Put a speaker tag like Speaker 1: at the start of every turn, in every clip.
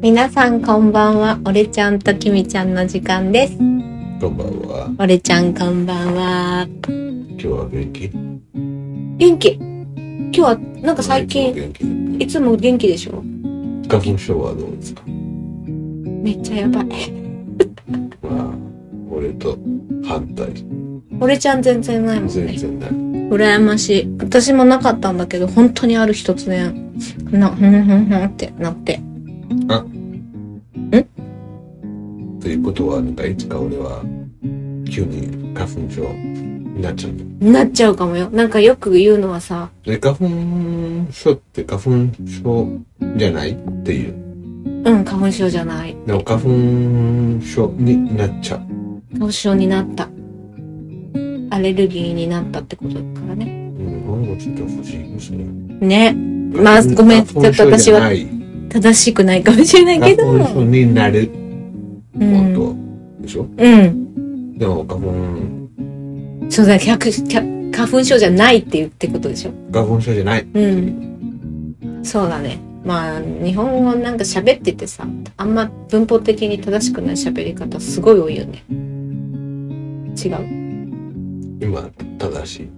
Speaker 1: 皆さんこんばんは。俺ちゃんときみちゃんの時間です。
Speaker 2: こんばんは。
Speaker 1: 俺ちゃんこんばんは。
Speaker 2: 今日は元気
Speaker 1: 元気。今日はなんか最近
Speaker 2: 元気
Speaker 1: いつも元気でしょ。
Speaker 2: 花粉症はどうですか
Speaker 1: めっちゃやばい。
Speaker 2: まあ、俺と反対。
Speaker 1: 俺ちゃん全然ないもん
Speaker 2: 全
Speaker 1: ね。
Speaker 2: 然ない。
Speaker 1: 羨ましい。私もなかったんだけど本当にある日突然なふんふんふんってなって。
Speaker 2: ということは、なんかいつか俺は急に花粉症になっちゃうん
Speaker 1: なっちゃうかもよ。なんかよく言うのはさ、
Speaker 2: だ。で、花粉症って花粉症じゃないっていう。
Speaker 1: うん、花粉症じゃない。
Speaker 2: でも花粉症になっちゃう。
Speaker 1: 花粉症になった。アレルギーになったってことだからね。
Speaker 2: うん、俺もちょっと不思議ですね。
Speaker 1: ね。まあごめんちょっと私は
Speaker 2: 花粉症じゃ
Speaker 1: 正しくないかもしれな
Speaker 2: ない
Speaker 1: け
Speaker 2: い。
Speaker 1: ど。
Speaker 2: 花粉症になる
Speaker 1: う
Speaker 2: こ
Speaker 1: ん。
Speaker 2: とでしょ、
Speaker 1: うん。
Speaker 2: でも花粉
Speaker 1: そうだ、百百花粉症じゃないって言ってことでしょ。
Speaker 2: 花粉症じゃない。
Speaker 1: うん。そうだね。まあ、日本語なんか喋っててさ、あんま文法的に正しくない喋り方すごい多いよね。違う。
Speaker 2: 今、正しい。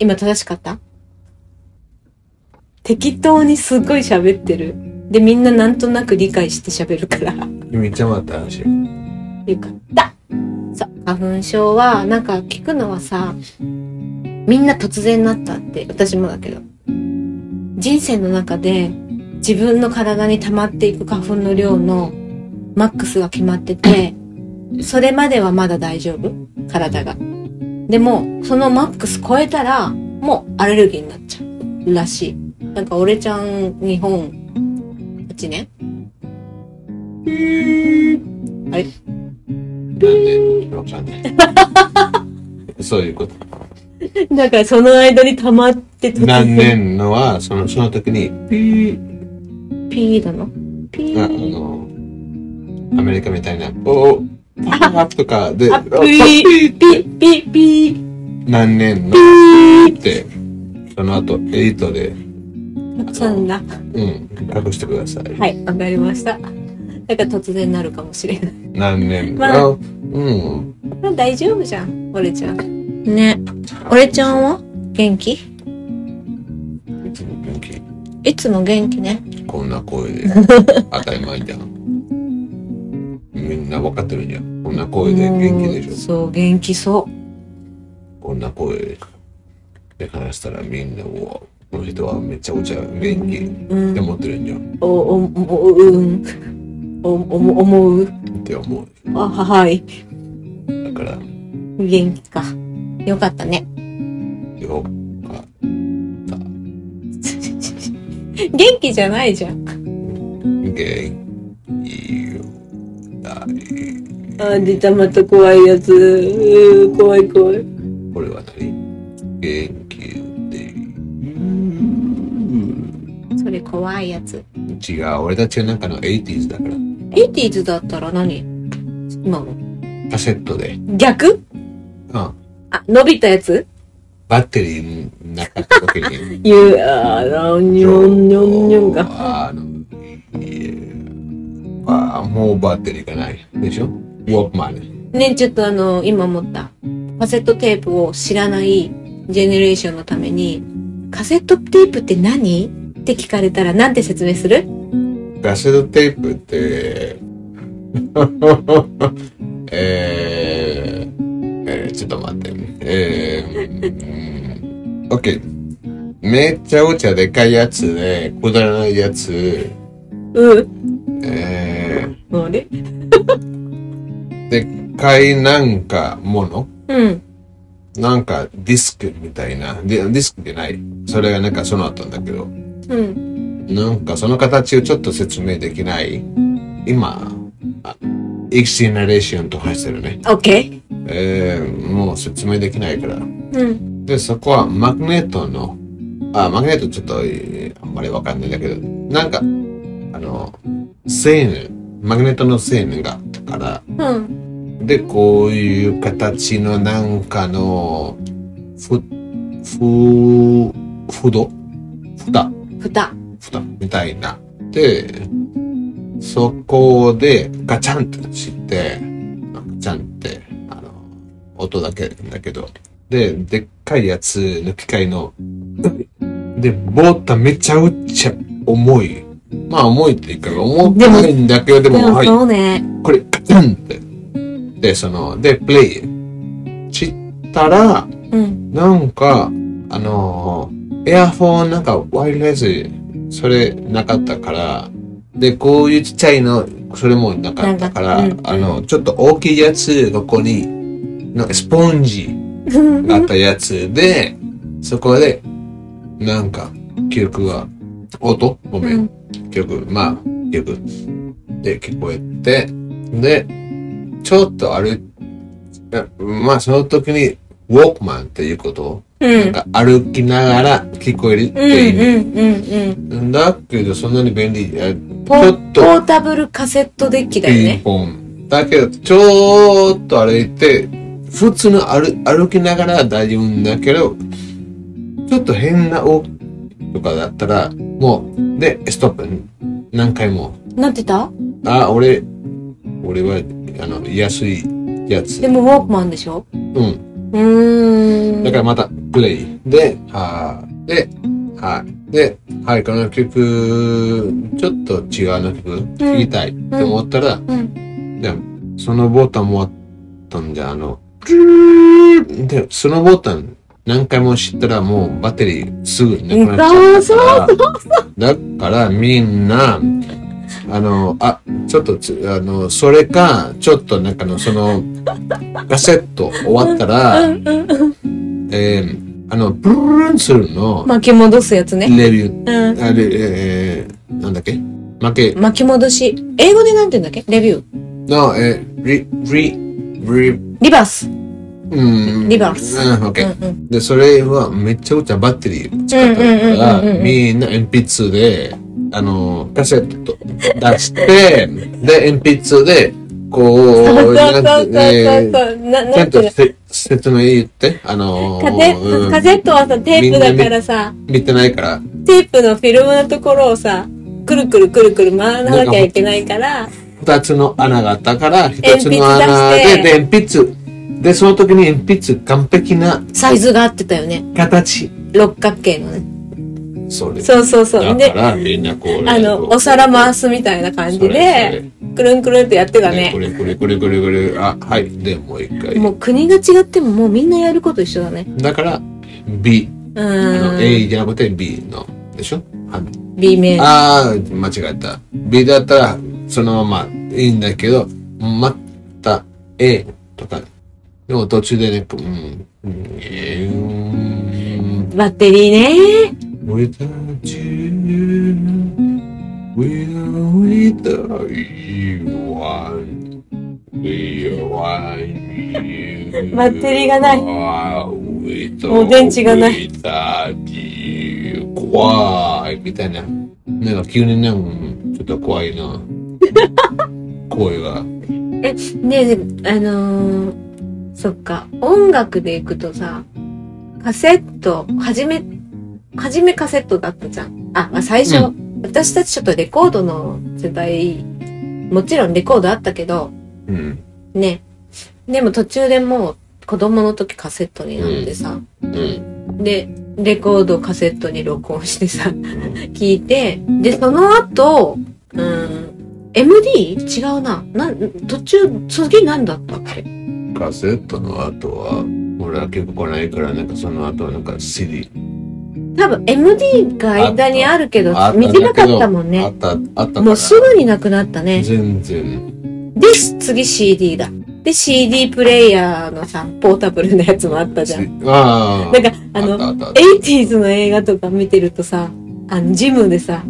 Speaker 1: 今正しかった適当にすごい喋ってる。で、みんななんとなく理解して喋るから。
Speaker 2: ゆみちゃんは正しい。
Speaker 1: よかった。そう、花粉症は、なんか聞くのはさ、みんな突然なったって、私もだけど。人生の中で自分の体に溜まっていく花粉の量のマックスが決まってて、それまではまだ大丈夫体が。でも、そのマックス超えたら、もうアレルギーになっちゃうらしい。なんか俺ちゃん、日本、8年うーん
Speaker 2: なんでわかんない。そういうこと。
Speaker 1: だからその間に溜まって突然
Speaker 2: 何年のは、その、その時に、ピー、
Speaker 1: ピーだのピ
Speaker 2: ああ
Speaker 1: ー。
Speaker 2: の、アメリカみたいな、おお、パーとかで、
Speaker 1: あ、
Speaker 2: お
Speaker 1: ピ
Speaker 2: パ
Speaker 1: ー、ピ
Speaker 2: ーって
Speaker 1: ー、ピー、ピー、
Speaker 2: 何年の
Speaker 1: ピー。
Speaker 2: って、その後、エイトで、
Speaker 1: そんな。
Speaker 2: うん、隠してください。
Speaker 1: はい、わかりました。だから突然なるかもしれない。
Speaker 2: 何年
Speaker 1: まあ
Speaker 2: の、うん。
Speaker 1: まあ大丈夫じゃん、俺ちゃん。ね。俺ちゃんは元気
Speaker 2: いつも元気。
Speaker 1: いつも元気ね。
Speaker 2: こんな声で、当たり前じゃん。みんな分かってるじゃん。こんな声で元気でしょ
Speaker 1: もう。そう、元気そう。
Speaker 2: こんな声で話したらみんなを、この人はめちゃくちゃ元気っ
Speaker 1: う
Speaker 2: て
Speaker 1: ん。
Speaker 2: 思ってるんじゃん
Speaker 1: お、お、お、うん。お、お、思う。
Speaker 2: って思う。
Speaker 1: あ、ははい。
Speaker 2: だから、
Speaker 1: 元気か。よかったね。
Speaker 2: よかった。
Speaker 1: 元気じゃないじゃん。
Speaker 2: 元気よ。
Speaker 1: あー出たまた怖いやつうー怖い怖い
Speaker 2: これは何元気で
Speaker 1: それ怖いやつ
Speaker 2: 違う、俺たちはなんかの 80s だから、
Speaker 1: 80s だったら何今の
Speaker 2: カセットで、
Speaker 1: 逆
Speaker 2: うん、
Speaker 1: あ伸びたやつ
Speaker 2: バッテリーなかった時に、
Speaker 1: ゆあーにょんにょんにょんが
Speaker 2: あの、いやあー、もうバッテリーがない。でしょウォークマン。
Speaker 1: ねちょっとあの今思ったカセットテープを知らないジェネレーションのためにカセットテープって何って聞かれたらなんて説明する
Speaker 2: カセットテープって、 えー、えー、ちょっと待ってね。えー、オッケー。めっちゃおちゃでかいやつで、くだらないやつ、
Speaker 1: うん
Speaker 2: え
Speaker 1: あれ
Speaker 2: ー、でっかいなんかもの
Speaker 1: うん
Speaker 2: なんかディスクみたいな。でディスクじゃない。それがなんかその後だけど。
Speaker 1: うん
Speaker 2: なんかその形をちょっと説明できない。今、あ X ジェネレーションとかしてるね。
Speaker 1: オッケ
Speaker 2: えー、もう説明できないから。
Speaker 1: ーうん
Speaker 2: で、そこはマグネットの、あ、マグネットちょっと、えーあんまりわかんないんだけど、なんか、あの、線マグネットの線があったから、
Speaker 1: うん
Speaker 2: で、こういう形のなんかの、ふ、ふ、ふどふた
Speaker 1: 蓋
Speaker 2: ふたみたいな。で、そこでガチャンってして、ガチャンって、あの、音だけだけど。で、でっかいやつの機械の、で、ボータめちゃうちゃ重い。まあ重いっていうか、重くないんだけど、で
Speaker 1: で
Speaker 2: も、
Speaker 1: も
Speaker 2: はい、
Speaker 1: そうね。
Speaker 2: これ、ガチャンって。で、その、で、プレイしたら、
Speaker 1: うん。
Speaker 2: なんか、あのーエアフォンなんかワイヤレス、それなかったから、で、こういうちっちゃいの、それもなかったから、
Speaker 1: なんか
Speaker 2: あの、ちょっと大きいやつ、ここに、なんかスポンジがあったやつで、そこで、なんか、記憶が、音ごめん。結局、まあ、結局、で、聞こえて、で、ちょっと歩いあまあ、その時に、ウォークマンっていうこと
Speaker 1: うん。う
Speaker 2: なん
Speaker 1: ん。
Speaker 2: か歩きながら聞こえるっ
Speaker 1: う
Speaker 2: て
Speaker 1: ん
Speaker 2: い
Speaker 1: う
Speaker 2: う。
Speaker 1: んうんうん。
Speaker 2: んだけど、そんなに便利、あ
Speaker 1: ポ
Speaker 2: ちょ
Speaker 1: ポ
Speaker 2: っと
Speaker 1: ータブルカセットデッキだよ
Speaker 2: ピン
Speaker 1: ね。
Speaker 2: ポン。だけど、ちょっと歩いて、普通の歩歩きながら大丈夫だけど、ちょっと変な音とかだったら、もう、で、ストップ。何回も。
Speaker 1: なってた
Speaker 2: あ、俺、俺は、あの、安いやつ
Speaker 1: で。もウォークマンでしょ
Speaker 2: うん。
Speaker 1: うーん。
Speaker 2: だからまた、プレイ。で、はーで、はい。で、はい、この曲、ちょっと違うの曲、聴きたいって思ったら、
Speaker 1: うん。
Speaker 2: でそのボタンもあったんじゃ、あの、プルーで、そのボタン、何回も押したらもうバッテリーすぐなくなっちゃったから、だからみんな、あの、あ、ちょっとつ、あの、それか、ちょっとなんかの、その、カセット終わった
Speaker 1: う
Speaker 2: ら、
Speaker 1: んうんうん。
Speaker 2: えー、あの、プルルンするの、
Speaker 1: 巻き戻すやつね。
Speaker 2: レビュ
Speaker 1: うん。
Speaker 2: ー、あれ、えー、なんだっけ負け
Speaker 1: 巻き戻し。英語でなんて言うんだっけレビュー。
Speaker 2: の、えー、リ、リ、リ、
Speaker 1: リバース。
Speaker 2: うん。
Speaker 1: リバース
Speaker 2: うん、オッケー。
Speaker 1: うんうん。
Speaker 2: で、それはめちゃくちゃバッテリー使ったから、
Speaker 1: うんうんうんうんうんうん
Speaker 2: みんな鉛筆で、あの、カセット出して、で、鉛筆で、こう、
Speaker 1: そうそう
Speaker 2: な
Speaker 1: そ
Speaker 2: ん
Speaker 1: う
Speaker 2: てえー
Speaker 1: そう。な、
Speaker 2: ち
Speaker 1: な
Speaker 2: ゃ
Speaker 1: ん
Speaker 2: ん
Speaker 1: ていう
Speaker 2: と
Speaker 1: の
Speaker 2: せ説明言って、あの
Speaker 1: カセ
Speaker 2: うん
Speaker 1: カセットはさ、テープだからさ、
Speaker 2: 見てないから、
Speaker 1: テープのフィルムのところをさ、くるくるくるくる回らなきゃいけないから、
Speaker 2: 二つの穴があったから、一つの穴
Speaker 1: 鉛筆出して
Speaker 2: で、で、鉛筆、で、その時に鉛筆完璧な
Speaker 1: サイズが合ってたよね。
Speaker 2: 形。
Speaker 1: 六角形のね。
Speaker 2: それ。
Speaker 1: そうそうそう。
Speaker 2: だ
Speaker 1: で
Speaker 2: か、らみんなこう、
Speaker 1: あの、お皿回すみたいな感じ
Speaker 2: それそ
Speaker 1: で
Speaker 2: れ、
Speaker 1: くるんくるんってやってた
Speaker 2: こ
Speaker 1: ね。
Speaker 2: れこれこれこれこれあはいでもう一回
Speaker 1: もう国が違ってももうみんなやること一緒だね。
Speaker 2: だから B
Speaker 1: う
Speaker 2: あの
Speaker 1: ーん。
Speaker 2: A じゃなくて B のでしょは
Speaker 1: B 面。
Speaker 2: ああ間違えた B だったらそのままいいんだけどまた A とかでも途中でねうんうんえー
Speaker 1: バッテリーね。
Speaker 2: Without you Without you one
Speaker 1: バッテリーがない
Speaker 2: も。
Speaker 1: う電池がない
Speaker 2: 怖いみたいな。なんか急にね、うんちょっと怖い な。声が。
Speaker 1: え、で、あのーそっか、音楽で行くとさ、カセット、はじめ、はじめカセットだったじゃん。あ、まあ、最初、
Speaker 2: う
Speaker 1: 私たちちょっとレコードの世代、もちろんレコードあったけど、
Speaker 2: うん。
Speaker 1: ね。でも途中でもう子供の時カセットになってさ、
Speaker 2: うん。
Speaker 1: で、レコードカセットに録音してさ、聞いて、で、その後、うん、MD? 違うな。なん、途中、次何だったっけ
Speaker 2: カセットの後は、俺は結構来ないから、なんかその後はなんか CD
Speaker 1: 多分 MD が間にあるけど
Speaker 2: あ、った
Speaker 1: 短かったもん
Speaker 2: あ
Speaker 1: ね。
Speaker 2: った、あったから。
Speaker 1: もうすぐになくなったね。
Speaker 2: 全然。
Speaker 1: で、次 CD だ。で、CD プレイヤーのさ、ポータブルのやつもあったじゃん。
Speaker 2: あ
Speaker 1: なんか、
Speaker 2: あ。
Speaker 1: あの、
Speaker 2: あったあった。
Speaker 1: 80s の映画とか見てるとさ、あの、ジムでさ、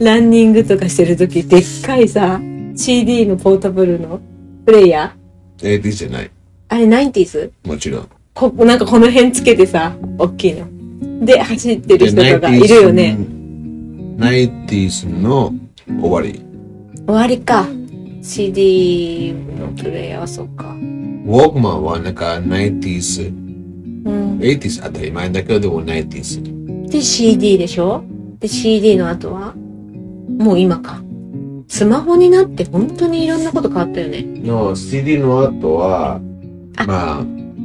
Speaker 1: ランニングとかしてるとき、でっかいさ、CD のポータブルのプレイヤー。
Speaker 2: AD じゃない。
Speaker 1: あれ 90s?
Speaker 2: もちろん。
Speaker 1: こ、なんかこの辺つけてさ、おっきいの。で、走ってる人
Speaker 2: ナ
Speaker 1: と
Speaker 2: イ
Speaker 1: かいるよね。。
Speaker 2: ナイティスの終わり。
Speaker 1: 終わりか。CD のプレイヤーはそっか。
Speaker 2: ウォークマンはなんかナイティス、
Speaker 1: うん。
Speaker 2: エイティス当たり前だけどでもナイティス。
Speaker 1: で、CD でしょで、CD の後はもう今か。スマホになって本当にいろんなこと変わったよね。
Speaker 2: の CD の後は
Speaker 1: あ
Speaker 2: まあ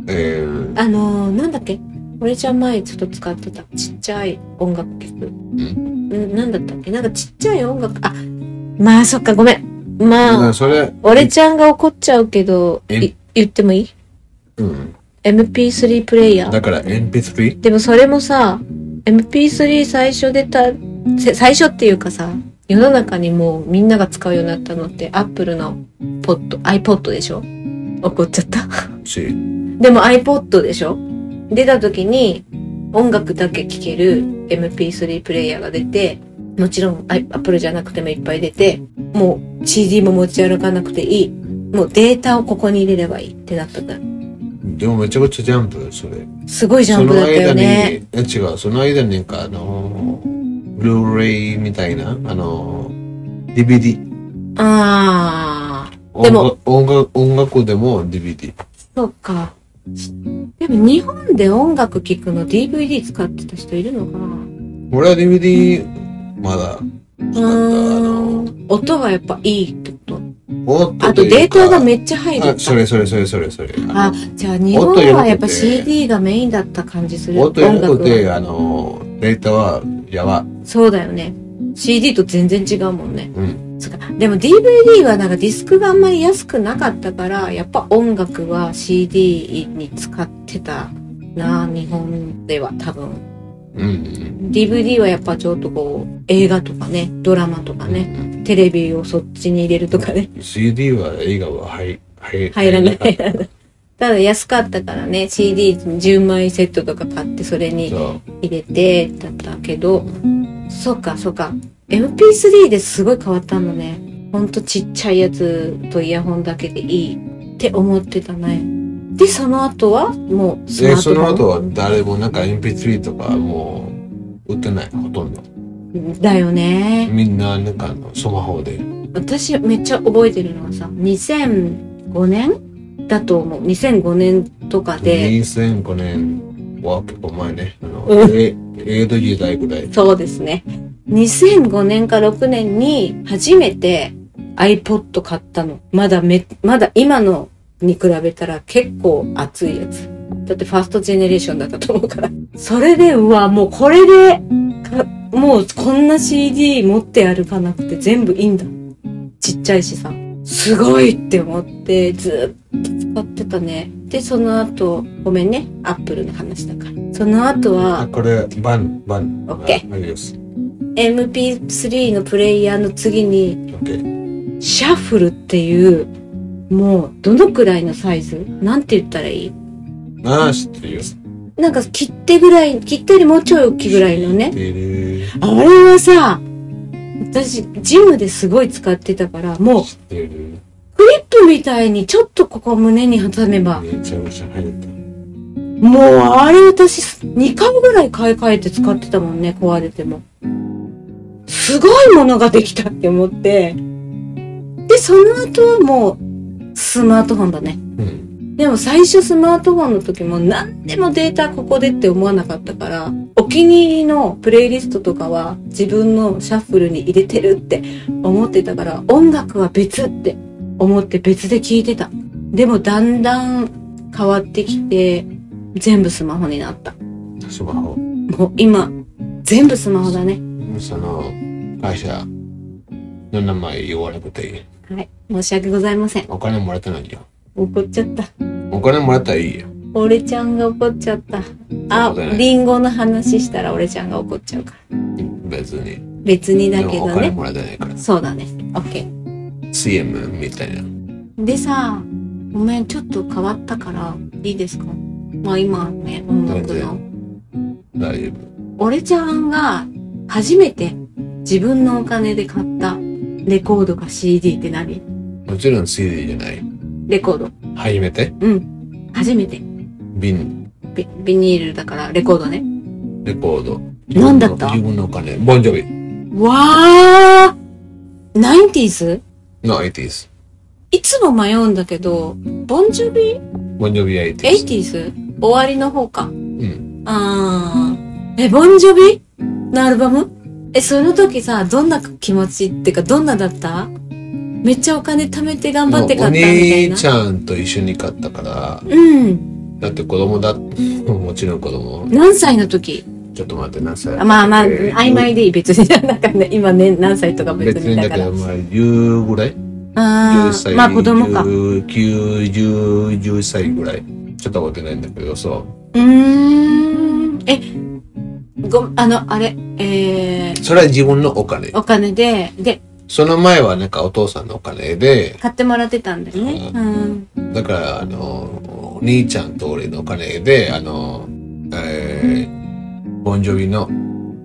Speaker 2: えー、
Speaker 1: あのー、なんだっけ俺ちゃん前ちょっと使ってたちっちゃい音楽曲。うん、なんだったっけなんかちっちゃい音楽、あ、まあそっかごめん。
Speaker 2: だか
Speaker 1: まあ、
Speaker 2: らそれ、
Speaker 1: 俺ちゃんが怒っちゃうけど、
Speaker 2: え
Speaker 1: い言ってもいい
Speaker 2: うん、
Speaker 1: ?MP3 プレイヤー。
Speaker 2: だから鉛筆 3?
Speaker 1: でもそれもさ、MP3 最初出た、せ最初っていうかさ、世の中にもうみんなが使うようになったのって、Apple のポッド、iPod でしょ怒っちゃった。
Speaker 2: し
Speaker 1: でも iPod でしょ出た時に音楽だけ聴ける MP3 プレイヤーが出て、もちろん i- Apple じゃなくてもいっぱい出て、もう CD も持ち歩かなくていい。もうデータをここに入れればいいってなったんだ。
Speaker 2: でもめちゃくちゃジャンプそれ
Speaker 1: すごいジャンプだったよね。
Speaker 2: その間に、違う、その間になんか、あのー、ブルーレイみたいな、あのー、DVD。
Speaker 1: あー。
Speaker 2: 音
Speaker 1: でも
Speaker 2: 楽音楽、音楽でも DVD。
Speaker 1: そうか。でも日本で音楽聴くの DVD 使ってた人いるのかな
Speaker 2: 俺は DVD、まだ、使った、あの
Speaker 1: うーん音がやっぱいいってこと。
Speaker 2: ー、音
Speaker 1: あと
Speaker 2: いうか
Speaker 1: データがめっちゃ入る
Speaker 2: あ、。それそれそれそれそれ。
Speaker 1: あ、じゃあ日本はやっぱ CD がメインだった感じする。
Speaker 2: 音やなく
Speaker 1: 音楽
Speaker 2: て、あのー、データは、やば。
Speaker 1: はそうだよね。CD と全然違うもんね。
Speaker 2: うん。
Speaker 1: そっか。でも DVD はなんかディスクがあんまり安くなかったから、やっぱ音楽は CD に使ってたな、日本では多分。
Speaker 2: うんうん。
Speaker 1: DVD はやっぱちょっとこう映画とかねドラマとかね
Speaker 2: ね。
Speaker 1: テレビをそっちに入れるとか ね
Speaker 2: CD は映画は入、入
Speaker 1: 入らない
Speaker 2: 入
Speaker 1: 入らないただ安かったからね CD10 枚セットとか買ってそれ
Speaker 2: ら
Speaker 1: に
Speaker 2: なかっ
Speaker 1: 入れてだったけどそうかそうか MP3 ですごい変わったんだねほんとちっちゃいやつとイヤホンだけでいいって思ってたねでその後はもう
Speaker 2: た
Speaker 1: スマ
Speaker 2: で、
Speaker 1: ー
Speaker 2: そ
Speaker 1: トフォ
Speaker 2: の
Speaker 1: ン
Speaker 2: 後は誰もなんか MP3 とかもう、売ってない、ほとんど。
Speaker 1: だよね
Speaker 2: みんな、なんかあの、スマホで。
Speaker 1: 私めっちゃ覚えてるのはさ2005年だと思う2005年とかで、
Speaker 2: 2005年は結構前ね。あの、
Speaker 1: うん
Speaker 2: え江戸時代ぐらい。
Speaker 1: そうですね2005年か6年に初めて iPod 買ったのまだめまだ今のに比べたら結構熱いやつだってファーストジェネレーションだったと思うからそれでうわもうこれでかもうこんな CD 持って歩かなくて全部いいんだちっちゃいしさすごいって思ってずーっ使ってたね。で、その後、ごめんね、アップルの話だから。その後
Speaker 2: あ、
Speaker 1: は、
Speaker 2: これ、バン、バン。
Speaker 1: オッケ
Speaker 2: ー。あります。
Speaker 1: MP3 のプレイヤーの次
Speaker 2: オ
Speaker 1: に、
Speaker 2: ッケー。
Speaker 1: シャッフルっていう、もう、どのくらいのサイズなんて言ったらいい
Speaker 2: あー、知ってるよ。知
Speaker 1: なんか、切手ぐらい、切手よりもうちょい大きいぐらいの
Speaker 2: っ
Speaker 1: ね。
Speaker 2: てる。
Speaker 1: あれはさ、私、ジムですごい使ってたから、もう、
Speaker 2: 知ってる。
Speaker 1: クリップみたいにちょっとここ胸に挟めば、
Speaker 2: めちゃめちゃ流行っ
Speaker 1: もうあれ私2回ぐらい買い替えて使ってたもんね、壊れても。すごいものができたって思って。で、その後はもうスマートフォンだね。
Speaker 2: た。うん。
Speaker 1: でも最初スマートフォンの時も何でもデータここでって思わなかったから、お気に入りのプレイリストとかは自分のシャッフルに入れてるって思ってたから、音楽は別って思って別で聴いてた。でもだんだん変わってきて、全部スマホになった。
Speaker 2: スマホ。
Speaker 1: もう今、全部スマホだね。
Speaker 2: その、会社の名前言わなくていい。
Speaker 1: はい。申し訳ございません。
Speaker 2: お金もらってないよ。
Speaker 1: 怒っちゃった。
Speaker 2: お金もらったらいいよ。
Speaker 1: 俺ちゃんが怒っちゃった。あ
Speaker 2: そうだ、ね
Speaker 1: リンゴの話したら俺ちゃんが怒っちゃうから。
Speaker 2: 別に。
Speaker 1: 別にだ
Speaker 2: で
Speaker 1: け
Speaker 2: も
Speaker 1: ど
Speaker 2: お
Speaker 1: ね。
Speaker 2: 金もらってないから。
Speaker 1: そうだね。OK。
Speaker 2: CM みたいな。
Speaker 1: でさ、ごめん、ちょっと変わったから、いいですかまあ今ね、音楽
Speaker 2: 全
Speaker 1: の。
Speaker 2: 大丈
Speaker 1: 俺ちゃんが初めて自分のお金で買ったレコードか CD って何
Speaker 2: 夫。もちろん CD じゃない。
Speaker 1: レコード。
Speaker 2: 初めて
Speaker 1: うん。初めて。
Speaker 2: 瓶
Speaker 1: ビビニールだからレコードね。
Speaker 2: レコード。
Speaker 1: 何だった
Speaker 2: 自分のお金。ボンジョビ。
Speaker 1: わー !90s?
Speaker 2: の 80s。
Speaker 1: いつも迷うんだけど、ボンジョビ
Speaker 2: ボンジョビ 80s。
Speaker 1: 80s? 終わりの方か。
Speaker 2: うん。
Speaker 1: あー。え、ボンジョビのアルバムえ、その時さ、どんな気持ちっていうか、どんなだっためっちゃお金貯めて頑張
Speaker 2: もう
Speaker 1: って買
Speaker 2: お
Speaker 1: ったみたい
Speaker 2: 兄
Speaker 1: な
Speaker 2: ちゃんと一緒に買ったから、
Speaker 1: うん
Speaker 2: だって子供だ、 もちろん子供、
Speaker 1: 何歳の時
Speaker 2: ちょっと待って、何歳
Speaker 1: あまあまあ
Speaker 2: えー
Speaker 1: 曖昧でいい別になんかね今ね何歳とか別
Speaker 2: 別
Speaker 1: に
Speaker 2: に
Speaker 1: だ
Speaker 2: だ
Speaker 1: か
Speaker 2: け
Speaker 1: ら
Speaker 2: ど、まあ、10ぐらい
Speaker 1: あ
Speaker 2: ?10
Speaker 1: あ
Speaker 2: 歳。
Speaker 1: まあ子供かう
Speaker 2: 9、10、10歳ぐらい。ちょっと待ってないんだけど、そ
Speaker 1: ーんえごあのあれえー
Speaker 2: う。それは自分のお金。
Speaker 1: お金でで
Speaker 2: その前はなんかお父さんのお金で、
Speaker 1: 買ってもらってたんだよね
Speaker 2: う
Speaker 1: うん
Speaker 2: だから、あの、お兄ちゃんと俺のお金で、あの、えー、ボンジョビの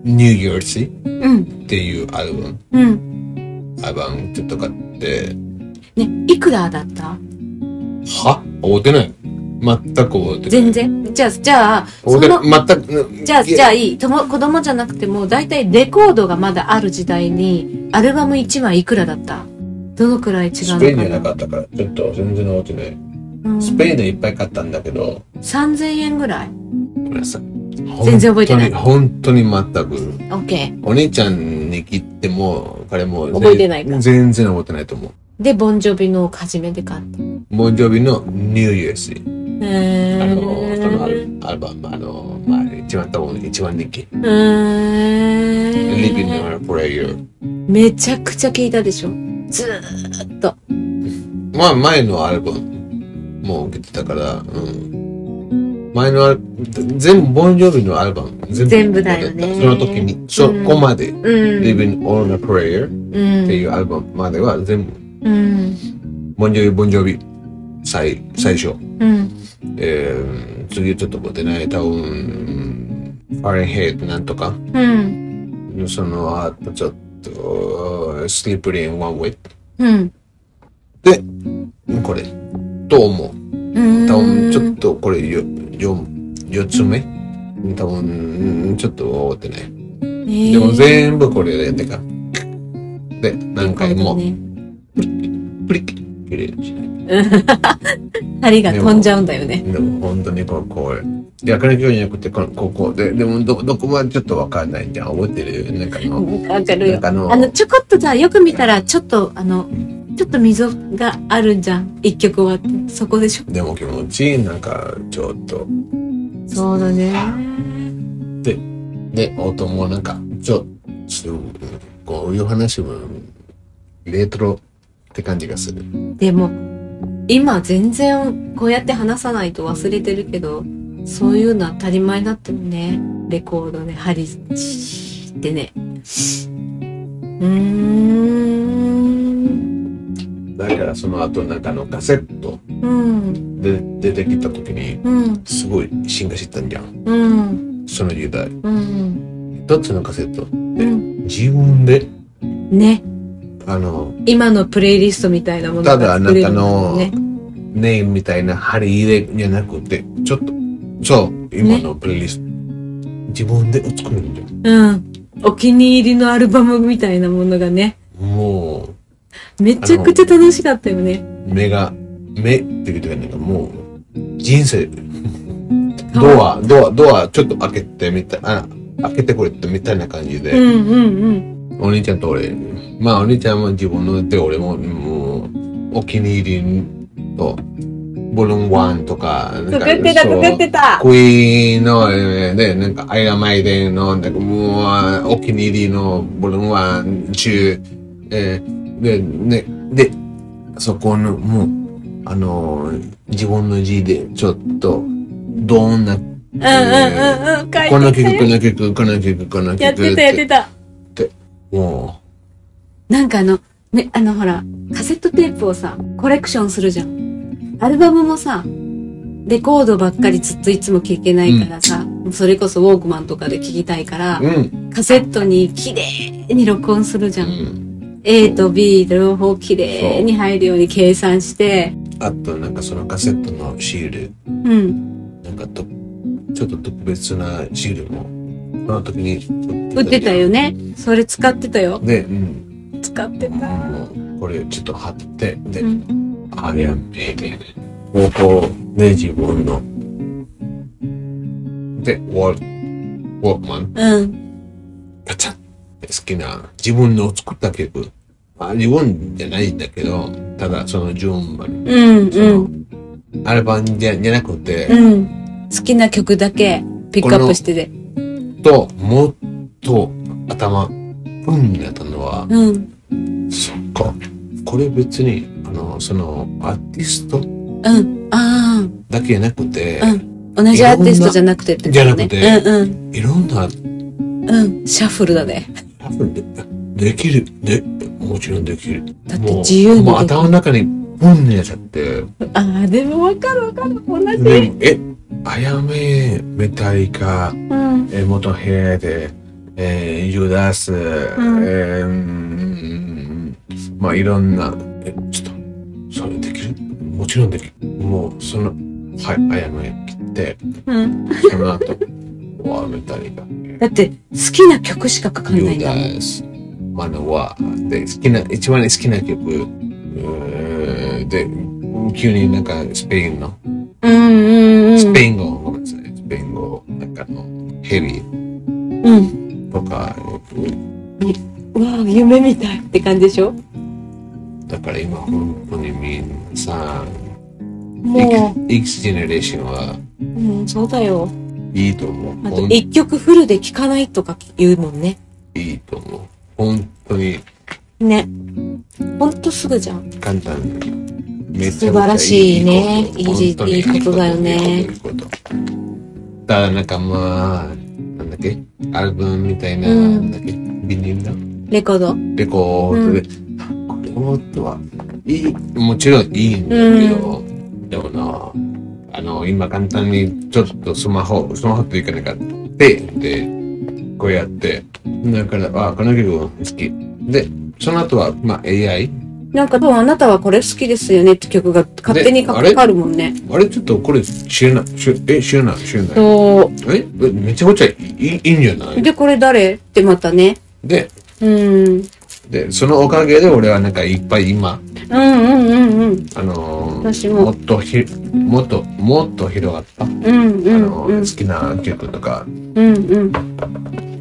Speaker 2: New Year's
Speaker 1: うん
Speaker 2: っていうアルバム、
Speaker 1: うん
Speaker 2: アルバムちょっと買って、
Speaker 1: ねいくらだった
Speaker 2: は覚えてない全く覚えてな
Speaker 1: 全。
Speaker 2: い。
Speaker 1: 然じゃあじゃあそ
Speaker 2: 覚えて
Speaker 1: の
Speaker 2: ない。全く。
Speaker 1: じゃあ、
Speaker 2: いや
Speaker 1: じゃあいい。とも、子供じゃなくても、だいたいレコードがまだある時代に、アルバム1枚いくらだったどのくらい違う
Speaker 2: ス
Speaker 1: のかな
Speaker 2: ペインじゃなかったから、ちょっと全然覚えてない。
Speaker 1: うん
Speaker 2: スペインでいっぱい買ったんだけど、
Speaker 1: 3000円ぐらい
Speaker 2: ごめんなさい。
Speaker 1: 全然覚えてない
Speaker 2: 本当に本当に全く。
Speaker 1: ?OK。
Speaker 2: お兄ちゃんに切っても、彼も全
Speaker 1: 覚えてないか
Speaker 2: 全然覚えてないと思
Speaker 1: で、ボンジョビのを初めて買った。
Speaker 2: う。ボンジョビの New Year's。
Speaker 1: へ
Speaker 2: あの、そのア
Speaker 1: ー
Speaker 2: ルアルバム、あの、まあ、一番多分一番人気。
Speaker 1: うーん
Speaker 2: Living on a Prayer。
Speaker 1: めちゃくちゃ聞いたでしょずーっと。
Speaker 2: まあ、前のアルバムも受けてたから、うん。前のアル、全部、ボンジョビのアルバム、全
Speaker 1: 全部だよね
Speaker 2: その時に、そこまで、
Speaker 1: うん。
Speaker 2: Living on a Prayer
Speaker 1: う
Speaker 2: って
Speaker 1: ん。
Speaker 2: いうアルバムまでは全部、
Speaker 1: うん。
Speaker 2: ボンジョビ、ボンジョビ、最、最初。
Speaker 1: うん。
Speaker 2: えー、次ちょっと待ってね、多分、ファレンヘイトなんとか、
Speaker 1: うん。
Speaker 2: その後ちょっと、Slippery in One Way
Speaker 1: うん。
Speaker 2: これ。と思う。
Speaker 1: うん。
Speaker 2: 多分ちょっとこれよ、よ、四つ目多分、ちょっと終わってない。でも
Speaker 1: 部
Speaker 2: 全部これで、てか。で、何回も、プリッ切れるしない。
Speaker 1: 針が飛んじゃうんだよね。
Speaker 2: でも本当にこう、こう。逆の距離じゃなくて、このここで、でもど、どこまでちょっとわかんないじゃん。覚えてるなんかの。
Speaker 1: わかる
Speaker 2: なん
Speaker 1: よ。
Speaker 2: かあの、
Speaker 1: あの、ちょこっとさ、よく見たら、ちょっと、あの、ちょっと溝があるじゃん。一曲終わって。そこでしょ
Speaker 2: でも気持ちいい、なんか、ちょっと。
Speaker 1: そうだね。
Speaker 2: で、音もなんか、ちょ、ちょっと、こういう話も、レトロって感じがする。
Speaker 1: でも、今全然こうやって話さないと忘れてるけど、そういうの当たり前になってるね。レコードね、針ってね。うーん。
Speaker 2: だからその後なんかあのカセット
Speaker 1: うん。
Speaker 2: で出てきた時に
Speaker 1: うん。
Speaker 2: すごい進化してたんじゃん
Speaker 1: うん。
Speaker 2: その時代
Speaker 1: うん。
Speaker 2: 一つのカセット
Speaker 1: うん。
Speaker 2: 自分で
Speaker 1: ね。
Speaker 2: あの
Speaker 1: 今のプレイリストみたいなもの
Speaker 2: た
Speaker 1: が
Speaker 2: だあ
Speaker 1: 作
Speaker 2: な
Speaker 1: れ
Speaker 2: た
Speaker 1: るんだも
Speaker 2: の
Speaker 1: んね。
Speaker 2: ネームみたいな針入れじゃなくてちょっとそう今のプレイリスト、自分で作るんじゃん
Speaker 1: うん。お気に入りのアルバムみたいなものがね。
Speaker 2: もう
Speaker 1: めちゃくちゃ楽しかったよね。
Speaker 2: 目が目っていうかなんかもう人 生
Speaker 1: 変
Speaker 2: ドアドアドアちょっと開けてみたいあ開けてくれてみたいな感じで、
Speaker 1: うんうん
Speaker 2: お兄ちゃんと俺、まあお兄ちゃんも自分ので俺ももうお気に入りと、ボルンワンとか、
Speaker 1: うん。
Speaker 2: なんか
Speaker 1: 作ってた
Speaker 2: そう
Speaker 1: 作ってた。
Speaker 2: クイーンの、えーね、なんか、アイラマイデンの、なんか、もうあ、お気に入りのボルンワン、中、えーで、ね、で、そこの、もう、あのー、自分の字で、ちょっと、どんな、
Speaker 1: うんうんうんうん。書いて
Speaker 2: この
Speaker 1: た
Speaker 2: 曲、こ
Speaker 1: よ。
Speaker 2: の曲、この曲、この曲。
Speaker 1: やってたやってた。
Speaker 2: も
Speaker 1: なんかあの、ね、あのほら、カセットテープをさ、コレクションするじゃん。アルバムもさ、レコードばっかりずっといつも聴けないからさ、それこそウォークマンとかで聴きたいから
Speaker 2: う、、うん、
Speaker 1: カセットに綺麗に録音するじ
Speaker 2: う
Speaker 1: ゃん。
Speaker 2: ん。
Speaker 1: A と B 両方綺麗に入るように計算して、
Speaker 2: あとなんかそのカセットのシール
Speaker 1: うん。
Speaker 2: なんかとちょっと特別なシールもその時に
Speaker 1: 売ってたよね。それ使ってたよ。
Speaker 2: で、うん、
Speaker 1: 使ってた。
Speaker 2: もうこれちょっと貼ってで、
Speaker 1: うん。
Speaker 2: あれやんえでもうこうね自分のでウォーウォークマン
Speaker 1: うん。
Speaker 2: ガチャンって好きな自分の作った曲まあ、日本じゃないんだけど、ただそのジョンマル、
Speaker 1: うん
Speaker 2: その、アルバムじゃじゃなく
Speaker 1: う
Speaker 2: て、
Speaker 1: ん。うん。好きな曲だけピックアップしてて。
Speaker 2: と、もっと頭、うんになったのは、
Speaker 1: うん。
Speaker 2: そっか。これ別に、あの、その、アーティスト
Speaker 1: うん。あ
Speaker 2: だけじゃなくて
Speaker 1: あ。、うん。同じアーティストじゃなくてってことね。
Speaker 2: いろんなじゃなく
Speaker 1: て。うん
Speaker 2: いろんな
Speaker 1: うん。うん。シャッフルだね。
Speaker 2: 多分でできる。で、もちろんできる。
Speaker 1: だって自由に
Speaker 2: もう
Speaker 1: で
Speaker 2: も
Speaker 1: き
Speaker 2: う
Speaker 1: る
Speaker 2: 頭の中に、うんになっちゃって。
Speaker 1: ああ、でもわかるわかる。同
Speaker 2: で
Speaker 1: じ。
Speaker 2: もえ、あやめ、メタリカ、
Speaker 1: うん。
Speaker 2: え元ヘアで、えー、ユダス、
Speaker 1: ん
Speaker 2: えーうんまあいろんな、え、ちょっと、それできるもちろんできる。もう、その、はい、あやめ切って、
Speaker 1: うん。
Speaker 2: その後、 わあ、メタリカ、
Speaker 1: だって、好きな曲しか書かない
Speaker 2: ユ
Speaker 1: んだもん。
Speaker 2: ダス、マナワで、好きな、一番好きな曲、えーで、急になんかスペインの、
Speaker 1: うんうんうん。
Speaker 2: スペイン語、ごめんなさい、スペイン語、なんかあの、ヘビ
Speaker 1: うん。
Speaker 2: ーとか、
Speaker 1: うわあ、夢みたいって感じでしょ
Speaker 2: だから今本当にみんなさ、
Speaker 1: も
Speaker 2: X ジェネレーションは
Speaker 1: う、うん、そうだよ。
Speaker 2: いいと思う。
Speaker 1: あ
Speaker 2: ほ
Speaker 1: と
Speaker 2: ん、
Speaker 1: 一曲フルで聴かないとか言うもんね。
Speaker 2: いいと思う。本当に
Speaker 1: ね。ほんとすぐじゃん。
Speaker 2: 簡単めっち
Speaker 1: 素晴
Speaker 2: ゃ
Speaker 1: らしいね
Speaker 2: めちゃめちゃこと
Speaker 1: いいじいいことだよね。
Speaker 2: 本当にいいこといいこといいことただなんかまあ、なんだっけアルバムみたいな、
Speaker 1: うん
Speaker 2: なんだっけビニールだ
Speaker 1: レコード。
Speaker 2: レコードで、あこれもっとはいい、もちろんいいんだけど、でもな、あの、今簡単にちょっとスマホ、スマホっていうかなんか、で、で、こうやって、だから、あ、この曲好き。で、その後は、まあ AI。
Speaker 1: なんか多分あなたはこれ好きですよねって曲が勝手にか
Speaker 2: であれ
Speaker 1: かるもんね。
Speaker 2: あれちょっとこれ知らない、知え、知らない、知らない。
Speaker 1: そ
Speaker 2: ええめちゃくちゃいいいいんじゃな
Speaker 1: う。
Speaker 2: い
Speaker 1: で、これ誰ってまたね。
Speaker 2: で、
Speaker 1: うん。うん
Speaker 2: で、そのおかげで俺はなんかいっぱい今、
Speaker 1: うんうんうん。
Speaker 2: あのー
Speaker 1: 私も
Speaker 2: っとひ、もっと、もっと広がった。
Speaker 1: うんう
Speaker 2: あ
Speaker 1: ん
Speaker 2: の
Speaker 1: うん。
Speaker 2: 好きな曲とか、
Speaker 1: うん
Speaker 2: うん、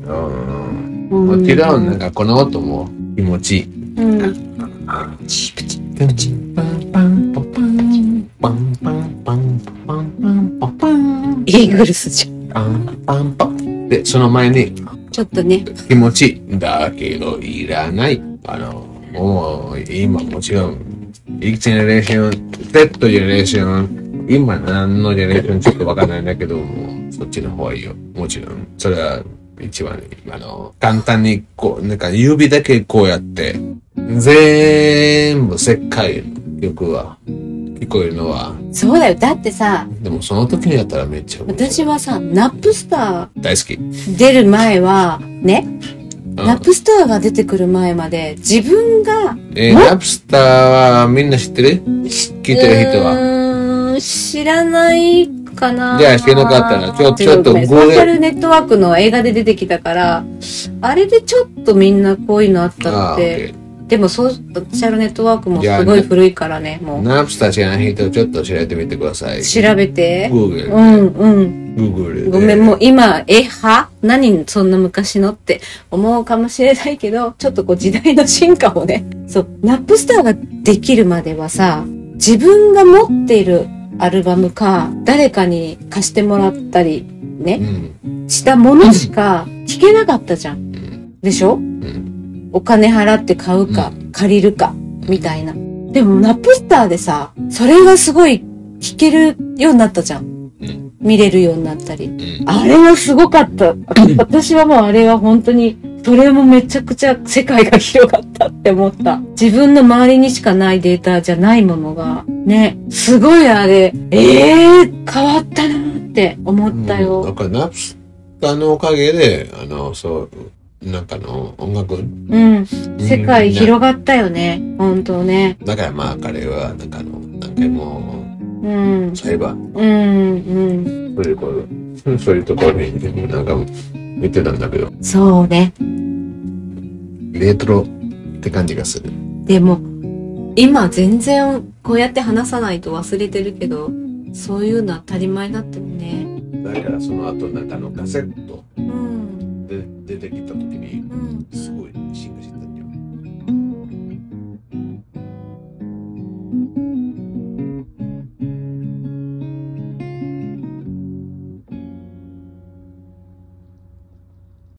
Speaker 1: うん。
Speaker 2: もちろんなんかこの音も気持ちいい。
Speaker 1: うん。
Speaker 2: チプチプチパンパンパンパンパンパンパンパンパンパンパン
Speaker 1: イーグルスじゃん。
Speaker 2: パンパンパンでその前に
Speaker 1: ちょっとね。
Speaker 2: 気持ちいいだけどいらないあのもう今もちろん X ジェネレーション Z ジェネレーション今何のジェネレーションちょっとわかんないんだけどもうそっちの方がいいよもちろんそれは一番あの簡単にこうなんか指だけこうやって全部世界の曲は聞こえるのは
Speaker 1: そうだよ。だってさ、
Speaker 2: でもその時にやったらめっちゃ面白い
Speaker 1: 私はさ、ナップスタ
Speaker 2: 大好き、う
Speaker 1: ー出る前は、ね、
Speaker 2: ん
Speaker 1: ナップスターが出てくる前まで、自分が、
Speaker 2: えー、ラプスターはみんな知ってる聞いてる人は。
Speaker 1: うーん、知らないかな
Speaker 2: じゃあ知らなかったらちょちょっと
Speaker 1: ごめん
Speaker 2: ごめん
Speaker 1: ソーシャルネットワークの映画で出てきたから、あれでちょっとみんなこういうのあったっ
Speaker 2: ああ、
Speaker 1: て。
Speaker 2: OK。
Speaker 1: でもソーシャルネットワークもすごい古いからね、もう。
Speaker 2: ラプスター知らない人ちょっと調べてみてください。
Speaker 1: 調べて。う
Speaker 2: Google。
Speaker 1: んうん。
Speaker 2: Google で。
Speaker 1: ごめん、もう今、え、は何そんな昔のって思うかもしれないけど、ちょっとこう時代の進化をね。そう、ナップスターができるまではさ、自分が持っているアルバムか、誰かに貸してもらったり、
Speaker 2: う
Speaker 1: ね、
Speaker 2: ん。
Speaker 1: したものしか聞けなかったじゃん。でしょ
Speaker 2: うん。
Speaker 1: お金払って買うか、借りるか、みたいな。でも、ナップスターでさ、それがすごい聞けるようになったじゃん。
Speaker 2: うん
Speaker 1: 見れるようになったり。
Speaker 2: うん。
Speaker 1: あれはすごかった。私はもうあれは本当に、それもめちゃくちゃ世界が広がったって思った。自分の周りにしかないデータじゃないものが、ね、すごいあれ、ええー、変わったなって思った
Speaker 2: うんな
Speaker 1: よ
Speaker 2: ん。かラプスターのおかげで、あの、そう、なんかの音楽。
Speaker 1: うん。世界広がったよね。本当ね。
Speaker 2: だからまあ彼は、なんかあの、何回も、
Speaker 1: うん。
Speaker 2: 裁判
Speaker 1: うん、うん。
Speaker 2: そういうこと、そういうところに、なんか見てたんだけど、
Speaker 1: そうね。
Speaker 2: レトロって感じがする。
Speaker 1: でも、今全然こうやって話さないと忘れてるけど、そういうの当たり前だったよね。
Speaker 2: だからその後なんかあのカセット
Speaker 1: うん。
Speaker 2: で出てきた時に
Speaker 1: うん。
Speaker 2: すごい進化してたんだよ。